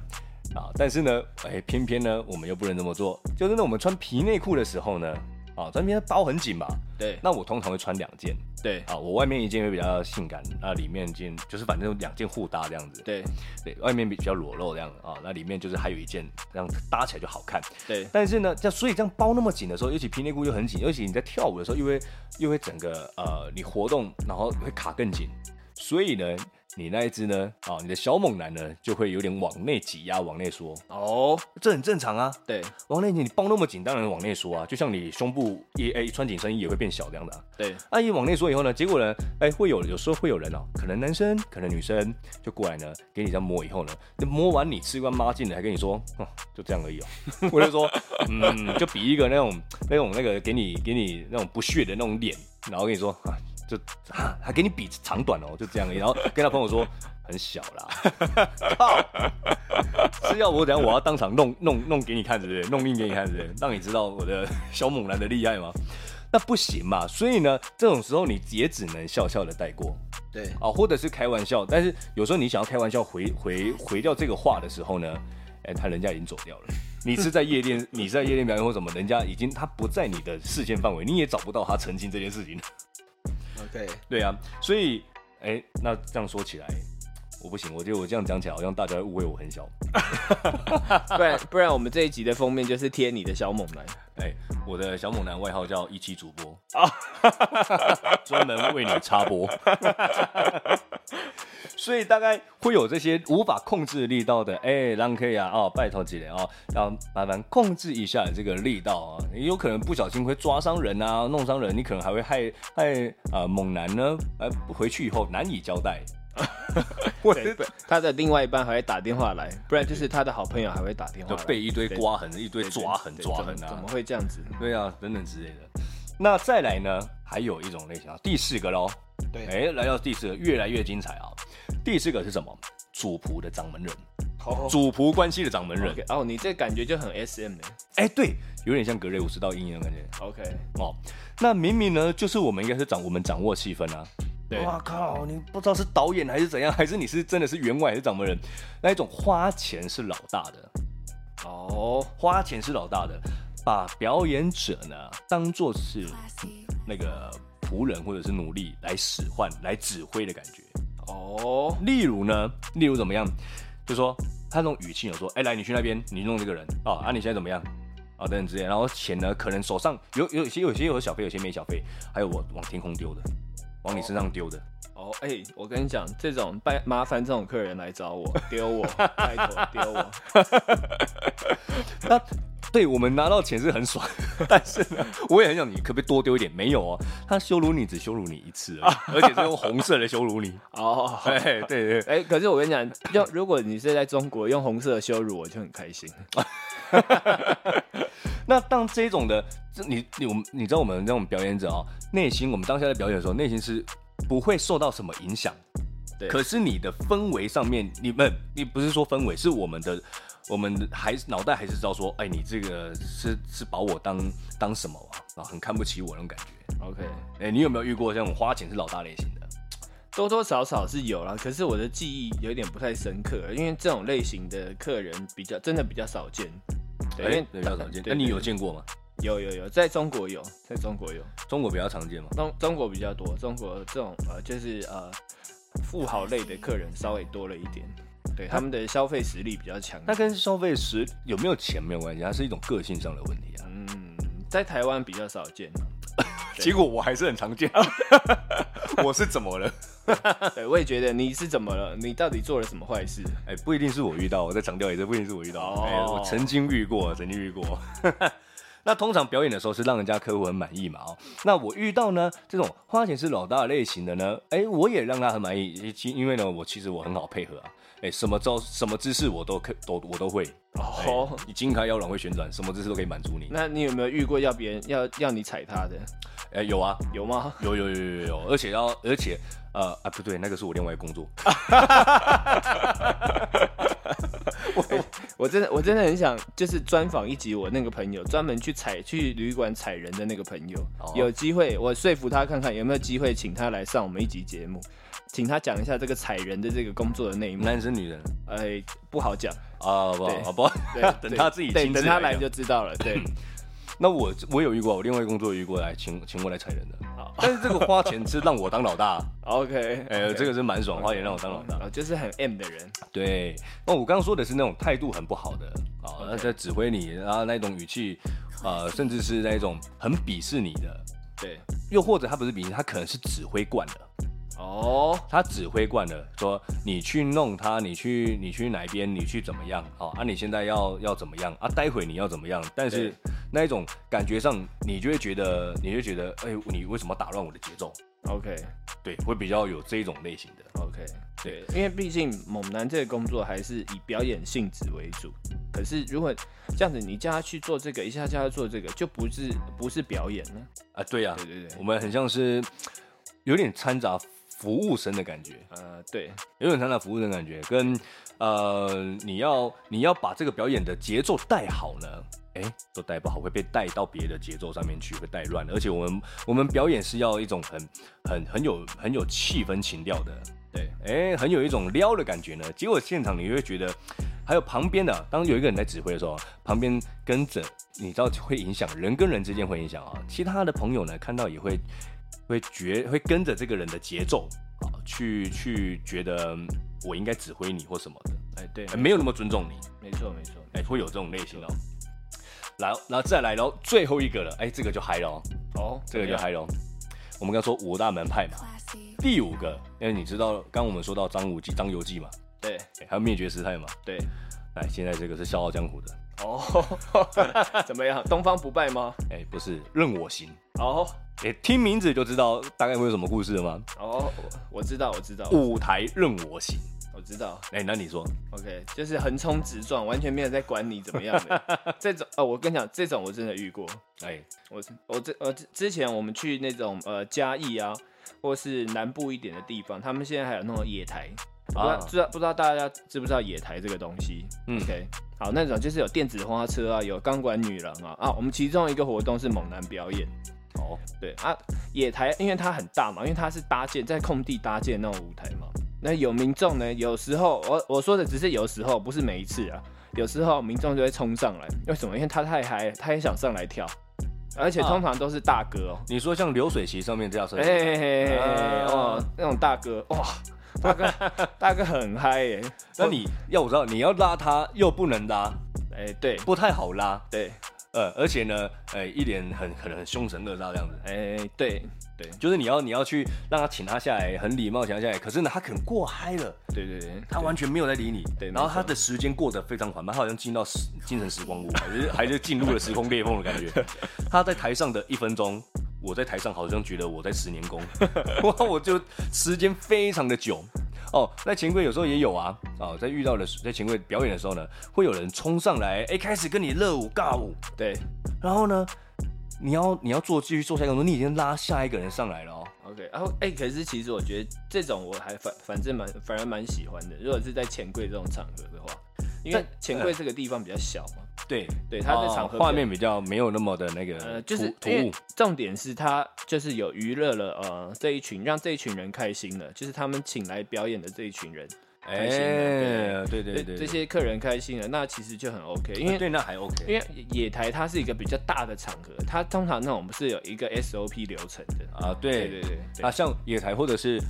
啊，但是呢，哎，偏偏呢，我们又不能这么做。就是呢，我们穿皮内裤的时候呢，啊，穿皮内裤包很紧嘛，对，那我通常会穿两件对啊，我外面一件会比较性感，那里面一件就是反正两件互搭这样子，对对，外面比较裸露这样啊，那里面就是还有一件这样搭起来就好看。对但是呢，这样所以这样包那么紧的时候，尤其皮内裤又很紧，尤其你在跳舞的时候，又会又会整个呃，你活动然后会卡更紧，所以呢，你那一只呢，啊，你的小猛男呢就会有点往内挤压，往内缩，哦，这很正常啊。对往内挤，你包那么紧，当然往内缩啊，就像你胸部也哎、穿紧身衣也会变小这样的、啊。对阿姨往内缩以后呢，结果呢，哎，会有有时候会有人哦，可能男生，可能女生就过来呢，给你这样摸以后呢，就摸完你吃完妈进来，还跟你说，哼，就这样而已哦。 [LAUGHS] 我就说，嗯，就比一个那种那种那个给你给你那种不屑的那种脸，然后跟你说，啊，就啊，还给你比长短哦，就这样而已。然后跟他朋友说。很小啦，靠！是要我等下我要当场弄弄弄给你看，是不是？弄硬给你看，是不是？让你知道我的小猛男的厉害吗？那不行嘛。所以呢，这种时候你也只能笑笑的带过对啊，或者是开玩笑。但是有时候你想要开玩笑回回回掉这个话的时候呢，哎、他人家已经走掉了。你是在夜店，你是在夜店表演或什么，人家已经他不在你的视线范围，你也找不到他澄清这件事情。 ，OK，对啊，所以哎、那这样说起来。我不行，我觉得我这样讲起来，好像大家会误会我很小。不然不然我们这一集的封面就是贴你的小猛男，哎、我的小猛男外号叫一期主播啊， [LAUGHS] 专门为你插播。 [LAUGHS] 所以大概会有这些无法控制力道的，哎、让 K 啊，哦，拜托几人哦，要麻烦控制一下这个力道啊，你有可能不小心会抓伤人啊，弄伤人，你可能还会害害啊、呃猛男呢，呃，回去以后难以交代。我对，不他的另外一半还会打电话来，不然就是他的好朋友还会打电话就来，啊被一堆对刮痕、一堆对对抓痕、对抓怎痕么怎啊么，会这样子？对啊，等等之类的。那再来呢，还有一种类型啊，第四个喽。对哎，来到第四个，越来越精彩啊。第四个是什么？主仆的掌门人。好主仆关系的掌门人。哦 OK，哦，你这感觉就很 SM 的。哎、对，有点像格雷五十道阴影的感觉 OK，哦。那明明呢，就是我们应该是掌我们掌握气氛啊。对，哇靠！你不知道是导演还是怎样，还是你是真的是员外还是掌门人？那一种花钱是老大的，哦，花钱是老大的，把表演者呢当做是那个仆人或者是奴隶来使唤、来指挥的感觉。哦，例如呢，例如怎么样，就说他那种语气有说，哎、来你去那边，你弄这个人哦，啊你现在怎么样？啊等等之类，然后钱呢，可能手上有有有些有些有小费，有些没小费，还有我往天空丢的，往你身上丢的，哦，哎、我跟你讲，这种拜麻烦这种客人来 [LAUGHS] 找我，丢我，拜托丢 [LAUGHS] 我。那对我们拿到钱是很爽， [LAUGHS] 但是呢，我也很想你可不可以多丢一点？没有哦，他羞辱你只羞辱你一次而已，而且是用红色的羞辱你。哦，哎，对对，哎、可是我跟你讲，用如果你是在中国用红色的羞辱，我就很开心。那当这种的，这你你我们你知道我们这种表演者哦，内心我们当下在表演的时候，内心是不会受到什么影响。对可是你的氛围上面，你们你不是说氛围，是我们的我们的还是脑袋还是知道说，哎，你这个是是把我当当什么啊？啊，很看不起我那种感觉。 OK，哎，你有没有遇过这种花钱是老大类型的？多多少少是有啦，可是我的记忆有点不太深刻，因为这种类型的客人比较真的比较少见。对，因哎为对，比较少见。对那你对有见过吗？有有有，在中国有，在中国有，中国比较常见吗？中中国比较多，中国这种呃就是呃富豪类的客人稍微多了一点，对他们的消费实力比较强。那跟消费时有没有钱没有关系，它是一种个性上的问题啊。嗯，在台湾比较少 [LAUGHS] 见。对结果我还是很常 [LAUGHS] 见，我是怎么了？对，我也觉得你是怎么了？你到底做了什么坏事？哎、不一定是我遇到，我再强调一次，不一定是我遇到，哦哎、我曾经遇过，曾经遇过。 [LAUGHS] 那通常表演的时候是让人家客户很满意嘛，哦，那我遇到呢这种花钱是老大类型的呢，哎、我也让他很满意，因因为呢我其实我很好配合啊，哎、什么招什么姿势我都可都我都会，哎哦，你金开腰软会旋转，什么姿势都可以满足你。那你有没有遇过要别人要要你踩他的？哎、有啊，有吗？有有有有有有，而且要而且呃啊不对，那个是我另外一个工作，我真的我真的很想就是专访一集我那个朋友，专门去踩去旅馆踩人的那个朋友，哦有机会我说服他看看有没有机会请他来上我们一集节目，请他讲一下这个踩人的这个工作的内幕。男生女人哎、不好 [LAUGHS] 讲，啊不好对啊不好，，对 [LAUGHS] 等对他自己对亲自等他来嗯来讲就知道了。对，那我我有遇过，我另外一个工作有遇过来请请我来踩人的， [LAUGHS] 但是这个花钱是让我当老大， [LAUGHS] OK，哎、这个是蛮爽，花钱让我当老大。哦就是很 M 的人。对，那我刚刚说的是那种态度很不好的啊，那 OK 在指挥你，然后那种语气，呃，甚至是那种很鄙视你的，对，又或者他不是鄙视，他可能是指挥惯了。哦，他指挥惯了，说你去弄他，你去你去哪边，你去怎么样？好、啊，你现在要要怎么样啊？待会你要怎么样？但是对那一种感觉上，你就会觉得，你就会觉得，哎、你为什么打乱我的节奏？ OK 对，会比较有这一种类型的。 OK，对，因为毕竟猛男这个工作还是以表演性质为主。可是如果这样子，你叫他去做这个，一下叫他做这个，就不是不是表演了。啊，对呀、对对对我，们很像是有点掺杂服务生的感觉，呃，对，有点掺杂服务生的感觉，跟呃，你要你要把这个表演的节奏带好呢，哎、都带不好，会被带到别的节奏上面去，会带乱。而且我们我们表演是要一种很很很有很有气氛情调的，对，哎、很有一种撩的感觉呢。结果现场你会觉得，还有旁边的、当有一个人在指挥的时候，旁边跟着，你知道会影响人跟人之间会影响啊、其他的朋友呢，看到也会会觉会跟着这个人的节奏啊、去去觉得嗯我应该指挥你或什么的，哎，对，哎没有那么尊重你，没错没错。哎、会有这种类型哦。然后，然后再来喽，最后一个了，哎、这个就嗨了哦，哦，这个就怎么样嗨了哦。我们刚说五大门派嘛，第五个，因为你知道，刚我们说到张无忌、张游记嘛，对欸还有灭绝师太嘛。对。哎，现在这个是《笑傲江湖》的，哦， [LAUGHS] 怎么样？东方不败吗？哎、不是任我行。哦哎、听名字就知道大概会有什么故事了吗？哦，我我知道我知道舞台任我行。我知道。哎、那你说， OK，就是横冲直撞，完全没有在管你怎么样 [LAUGHS] 的这种。哦，我跟你讲，这种我真的遇过。哎、我我这呃之之前我们去那种呃嘉义啊，或是南部一点的地方，他们现在还有那种野台，不知道啊知道不知道大家知不知道野台这个东西？嗯 OK，好，那种就是有电子花车啊，有钢管女郎啊啊，我们其中一个活动是猛男表演。哦，对啊，野台因为它很大嘛，因为它是搭建在空地搭建那种舞台嘛。那有民众呢，有时候我我说的只是有时候，不是每一次啊。有时候民众就会冲上来，为什么？因为他太嗨，他也想上来跳，而且通常都是大哥哦、你说像流水席上面这样设计，哎嘿嘿嘿哦，那种大哥哇，大哥大哥很嗨耶、那你要我知道，你要拉他又不能拉，哎、对不太好拉，对呃，而且呢，呃，一脸很很很凶神恶煞这样子，哎、对对就是你要你要去让他请他下来，很礼貌请他下来，可是呢，他可能过嗨了，对对对，他完全没有在理你，对然后他没错的时间过得非常缓慢，他好像进 [LAUGHS] 到时精神时光屋，还是还是进入了时空裂缝的感 [LAUGHS] 觉。他在台上的一分钟，我在台上好像觉得我在十年 [LAUGHS] 功，哇，我就时间非常的久。哦，那钱柜有时候也有啊，啊、在遇到的时在钱柜表演的时候呢，会有人冲上来，哎，开始跟你热舞尬舞，对然后呢，你要你要做继续做下一个动作，你已经拉下一个人上来了哦。 OK，然后哎，可是其实我觉得这种我还反反正蛮反而蛮喜欢的。如果是在钱柜这种场合的话，因为但钱柜这个地方比较小嘛，对哦对，它的场合比较画面比较没有那么的那个突，呃就是突因为兀，重点是它就是有娱乐了呃这一群让这一群人开心了，就是他们请来表演的这一群人，哎开心啊对对对，啊这些客人开心了，那其实就很 OK，因为对那还 OK，因为野台它是一个比较大的场合，它通常那种不是有一个 SOP 流程的。啊对对对对，啊像野台或者是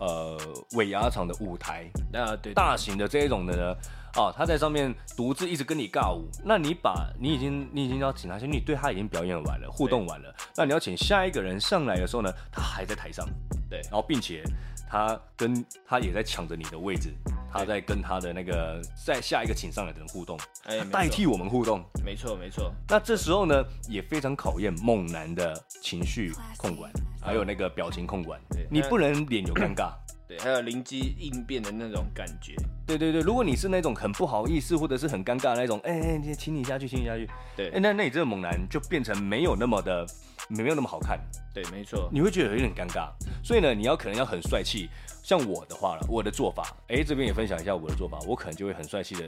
呃尾牙场的舞台，那对大型的这一种的呢，啊他在上面独自一直跟你尬舞，那你把你已经你已经要请他去，你对他已经表演完了，互动完了，那你要请下一个人上来的时候呢，他还在台上，对然后并且他跟他也在抢着你的位置，他在跟他的那个在下一个请上来的人互动，哎他没代错替我们互动。没错没错，那这时候呢，也非常考验猛男的情绪控管，还有那个表情控管对。你不能脸有尴尬。对，还有灵机应变的那种感觉。对对对，如果你是那种很不好意思或者是很尴尬的那种，哎、哎，你请你下去，请你下去，对哎、那那你这个猛男就变成没有那么的，没有那么好看，对，没错，你会觉得有点尴尬。所以呢，你要可能要很帅气。像我的话了，我的做法，哎、这边也分享一下我的做法，我可能就会很帅气的，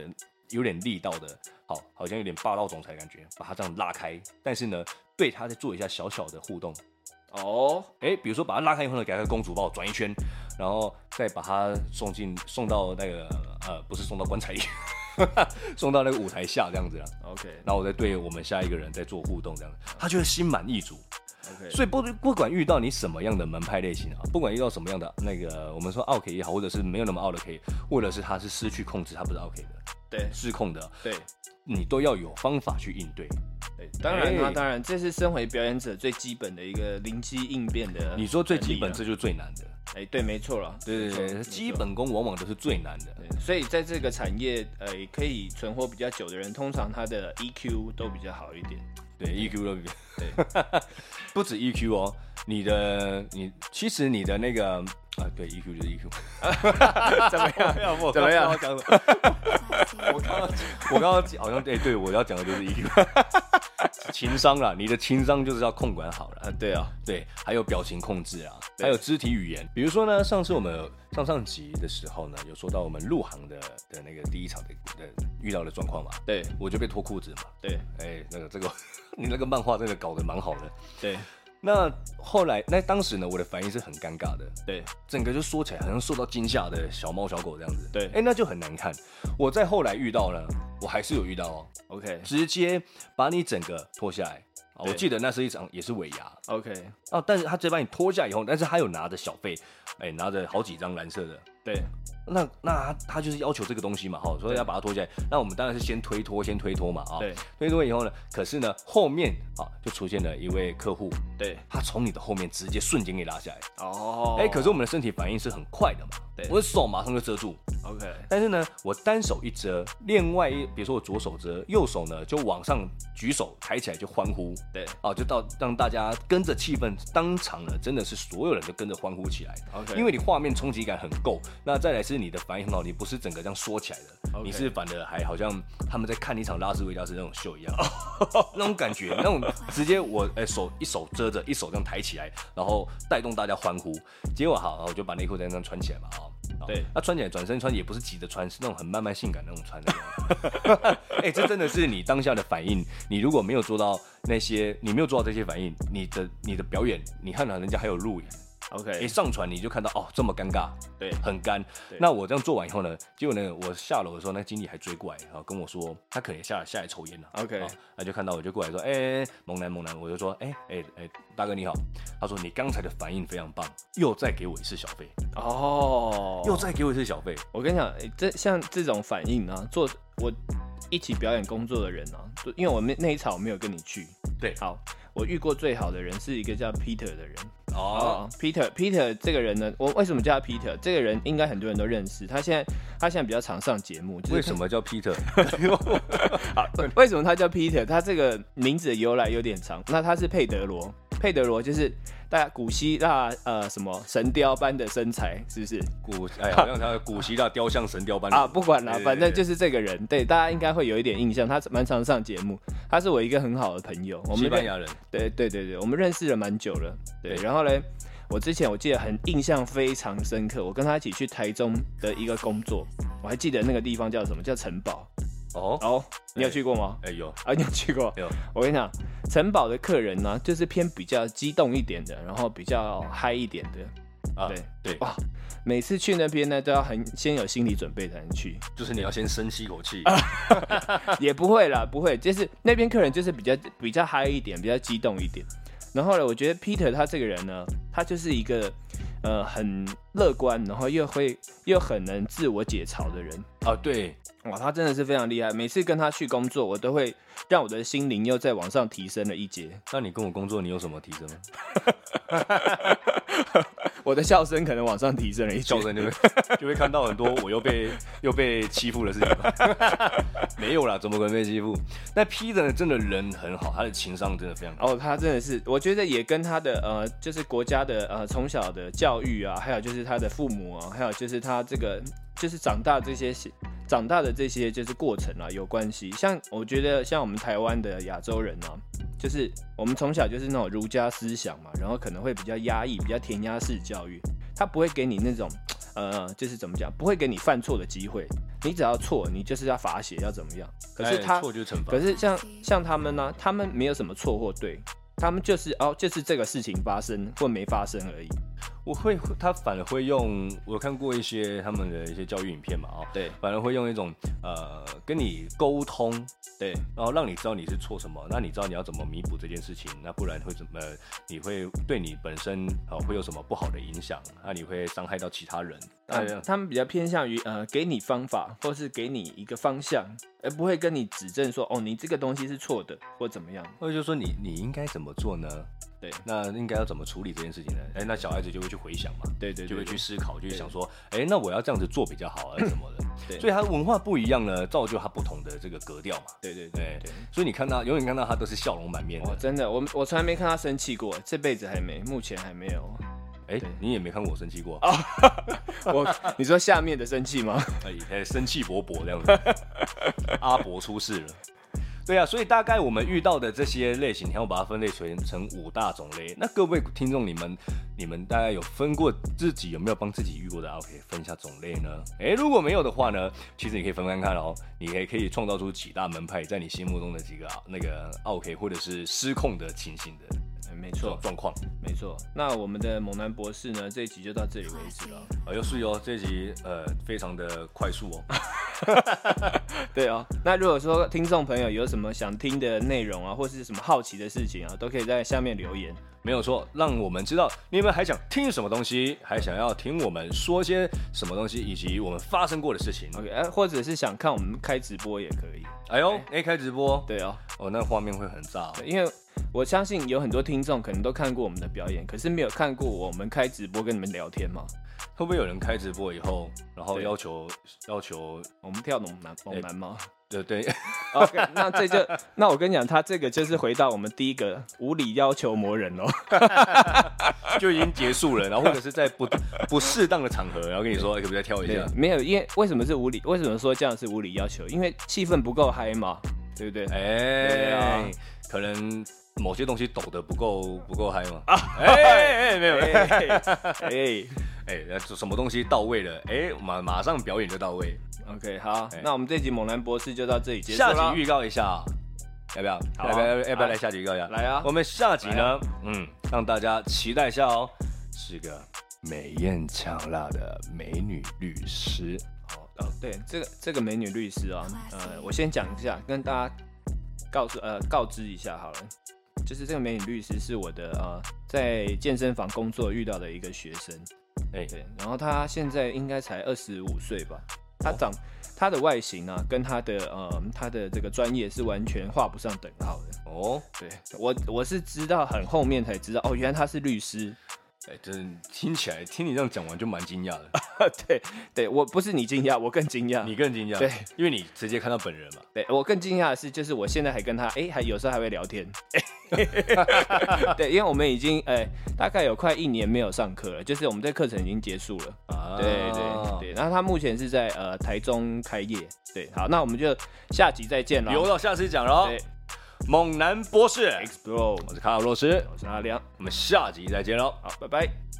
有点力道的，好，好像有点霸道总裁的感觉，把他这样拉开，但是呢，对他再做一下小小的互动。哦，哎，比如说把它拉开以后呢，给它个公主抱转一圈，然后再把它送进送到那个呃，不是送到棺材里， [LAUGHS] 送到那个舞台下这样子啦。 OK 然后我再对我们下一个人再做互动，这样他就会心满意足。 OK，所以不不管遇到你什么样的门派类型啊，不管遇到什么样的那个我们说 OK 也好，或者是没有那么 OK，或者是他是失去控制，他不是 OK 的，对失控的，对你都要有方法去应对。对，当然啦、哎当然，这是身为表演者最基本的一个灵机应变的能力啦。你说最基本，这就是最难的。哎、对，没错了，对没错对对，没错基本功往往都是最难的。对，所以在这个产业，呃，也可以存活比较久的人，通常他的 EQ 都比较好一 [LAUGHS] 点。对 EQ 都比对 [LAUGHS] 不止 EQ 哦，你的你其实你的那个啊，对 EQ 就是 [LAUGHS] EQ，怎么 [LAUGHS] 样？ [LAUGHS] 我怎么样刚刚讲什么？我刚刚 [LAUGHS] 我刚刚好像哎、对我要讲的就是 EQ，情商啦，你的情商就是要控管好了。对啊，对，还有表情控制啊，对还有肢体语言。比如说呢，上次我们有上上集的时候呢，有说到我们入行的的那个第一场的的遇到的状况嘛，对我就被脱裤子嘛。对哎、那个这 [LAUGHS] 个你那个漫画真的搞得蛮好的。对那后来，那当时呢，我的反应是很尴尬的，对整个就缩起来，好像受到惊吓的小猫小狗这样子。对哎、那就很难看。我在后来遇到呢，我还是有遇到哦， ，OK 直接把你整个脱下来。啊对我记得那是一场也是尾牙 OK，啊，但是他直接把你脱下以后，但是他有拿着小费，哎、拿着好几张蓝色的。对那那他他就是要求这个东西嘛，哈，所以要把它脱下来。那我们当然是先推脱，先推脱嘛，啊，对推脱以后呢，可是呢，后面啊就出现了一位客户，对，他从你的后面直接瞬间给你拉下来。哦，哎、可是我们的身体反应是很快的嘛，对我的手马上就遮住， OK 但是呢，我单手一遮，另外一，比如说我左手遮，右手呢就往上举手抬起来就欢呼，对啊，就到让大家跟着气氛，当场呢真的是所有人都跟着欢呼起来。 OK，因为你画面冲击感很够，那再来是你的反应很好，你不是整个这样缩起来的 OK 你是反而还好像他们在看一场拉斯维加斯那种秀一样，那种感觉，那种直接我哎、手一手遮着，一手这样抬起来，然后带动大家欢呼。结果好，然后我就把内裤在那样穿起来嘛啊、哦对那穿起来转身穿也不是急着穿，是那种很慢慢性感的那种穿的。 [LAUGHS] 哎、这真的是你当下的反应。你如果没有做到那些，你没有做到这些反应，你的你的表演，你看到人家还有录影，一、 ，OK，上传你就看到哦，这么尴尬，对，很干对。那我这样做完以后呢，结果呢，我下楼的时候，那经理还追过来，然后跟我说，他可能也下来下来抽烟了。 OK 啊他就看到我就过来说，哎、哎哎猛男猛男，我就说，哎哎哎，大哥你好。他说你刚才的反应非常棒，又再给我一次小费，哦，又再给我一次小费。我跟你讲，诶这像这种反应呢、做我一起表演工作的人啊，就因为我们那一场我没有跟你去。对好，我遇过最好的人是一个叫 Peter 的人。哦，哦，Peter Peter 这个人呢，我为什么叫他 Peter？这个人应该很多人都认识，他现在他现在比较常上节目。就是为什么叫 Peter？为什么他叫 Peter？他这个名字的由来有点长。那他是佩德罗，佩德罗就是大家古希腊呃什么神雕般的身材，是不是？ [LAUGHS] 古哎，好像他的古希腊雕像神雕般的啊，不管了，对对对反正就是这个人，对大家应该会有一点印象。他蛮常上节目，他是我一个很好的朋友。我们西班认牙人，对对对对，我们认识了蛮久了。对，对然后嘞，我之前我记得很印象非常深刻，我跟他一起去台中的一个工作，我还记得那个地方叫什么叫城堡。哦，哦，你有对去过吗？哎有啊，你有去过？有我跟你讲，城堡的客人呢、就是偏比较激动一点的，然后比较嗨一点的。啊，对哦对，哇，每次去那边呢，都要很先有心理准备才能去。就是你要先深吸一口啊气，也不会啦，不会，就是那边客人就是比较比较嗨一点，比较激动一点。然后呢，我觉得 Peter 他这个人呢，他就是一个呃很乐观，然后又会又很能自我解嘲的人。啊，对，哇，他真的是非常厉害。每次跟他去工作，我都会让我的心灵又再往上提升了一阶。那你跟我工作，你有什么提升吗？我的笑声可能往上提升了一阶笑。声就 [LAUGHS] 会就会看到很多我又被 [LAUGHS] 又被欺负的 [LAUGHS] 事情吧。没有啦，怎么可能被欺负？那 P 的真的人很好，他的情商真的非常高。哦，他真的是，我觉得也跟他的呃，就是国家的呃从小的教育啊，还有就是他的父母啊，还有就是他这个就是长大这些长大的这些就是过程啊有关系。像我觉得像我们台湾的亚洲人啊，就是我们从小就是那种儒家思想嘛，然后可能会比较压抑，比较填鸭式教育，他不会给你那种呃，就是怎么讲，不会给你犯错的机会。你只要错，你就是要罚写，要怎么样？可是哎他、错就是惩罚可，是像像他们呢、他们没有什么错或对，他们就是哦，就是这个事情发生或没发生而已。我会他反而会用，我有看过一些他们的一些教育影片嘛，哦，对反而会用一种呃跟你沟通，对然后让你知道你是错什么，那你知道你要怎么弥补这件事情，那不然会怎么？呃你会对你本身哦会有什么不好的影响？那你会伤害到其他人。他哎们呀他们比较偏向于呃，给你方法或是给你一个方向，而不会跟你指正说哦，你这个东西是错的或怎么样。或者就说你你应该怎么做呢？对那应该要怎么处理这件事情呢？哎、那小孩子就会去回想嘛，对对对就会对去思考，就会想说，哎、那我要这样子做比较好，还啊是什么的。 [LAUGHS] 对所以他文化不一样呢，造就他不同的这个格调嘛。对对对对，所以你看到永远看到他都是笑容满面的哦，。真的，我我从来没看他生气过，这辈子还没，目前还没有。 [LAUGHS] 哎、对啊你也没看过我生气过，我你说下面的 [LAUGHS] 生气吗？哎、哎生气勃勃这样子。阿伯出事了。对啊，所以大概我们遇到的这些类型，你看我把它分类成成五大种类。那各位听众，你们你们大概有分过自己有没有帮自己遇过的啊 OK 分一下种类呢？诶，如果没有的话呢，其实你可以分分看哦，你也可以创造出几大门派在你心目中的几个啊那个 OK 或者是失控的情形的哎没这种错，状况。没错。那我们的猛男博士呢，这一集就到这里为止了。啊，又是哦，这一集呃非常的快速哦。对哦，那如果说听众朋友有什么想听的内容啊，或是什么好奇的事情啊，都可以在下面留言。没有错，让我们知道你们还想听什么东西，还想要听我们说些什么东西，以及我们发生过的事情。 OK，哎、或者是想看我们开直播也可以。哎呦，哎，开直播，对哦，哦，那画面会很炸、哦。对因为我相信有很多听众可能都看过我们的表演，可是没有看过我们开直播跟你们聊天嘛。会不会有人开直播以后，然后对要求要求，我们跳猛男猛男吗、对对， [LAUGHS] o k 那这就 [LAUGHS] 那我跟你讲，他这个就是回到我们第一个无理要求魔人咯。就已经结束了，然后或者是在不 [LAUGHS] 不适当的场合，然后跟你说，哎可不可以再跳一对下？，没有，因为为什么是无理？为什么说这样是无理要求？因为气氛不够嗨嘛，对不对？对啊哎，可能某啊 [LAUGHS] 些东西抖得不够不够嗨嘛。哎哎哎，没有。哎，哎哎、哎，那什么东西到位了，哎，马马上表演就到位。 OK，好，哎那我们这集猛男博士就到这里结束下了集。预告一下啊，要不要？好啊要不要？要不要来来下集预告一下？来啊我们下集呢，嗯，让大家期待一下哦，是个美艳强辣的美女律师。哦，对，这个这个美女律师啊，呃，我先讲一下，跟大家告诉呃告知一下好了，就是这个美女律师是我的呃在健身房工作遇到的一个学生，哎对，然后她现在应该才二十五岁吧，她长她的外形啊，跟她的呃她的这个专业是完全画不上等号的，哦，对我我是知道很后面才知道哦，原来她是律师，哎，真的听起来，听你这样讲完就蛮惊讶 [LAUGHS] 的，对对，我不是你惊讶，我更惊讶，你更惊讶，对，因为你直接看到本人嘛。对我更惊讶的是，就是我现在还跟他，哎、还有时候还会聊 [LAUGHS] 天。对，因为我们已经哎、大概有快一年没有上课了，就是我们这课程已经结束了。啊对对，对，然后他目前是在呃台中开业。对，好，那我们就下集再见了。留到下次讲喽。对猛男博士， ，Explore，我是卡尔洛斯，我是阿良，我们下集再见喽。好，拜拜。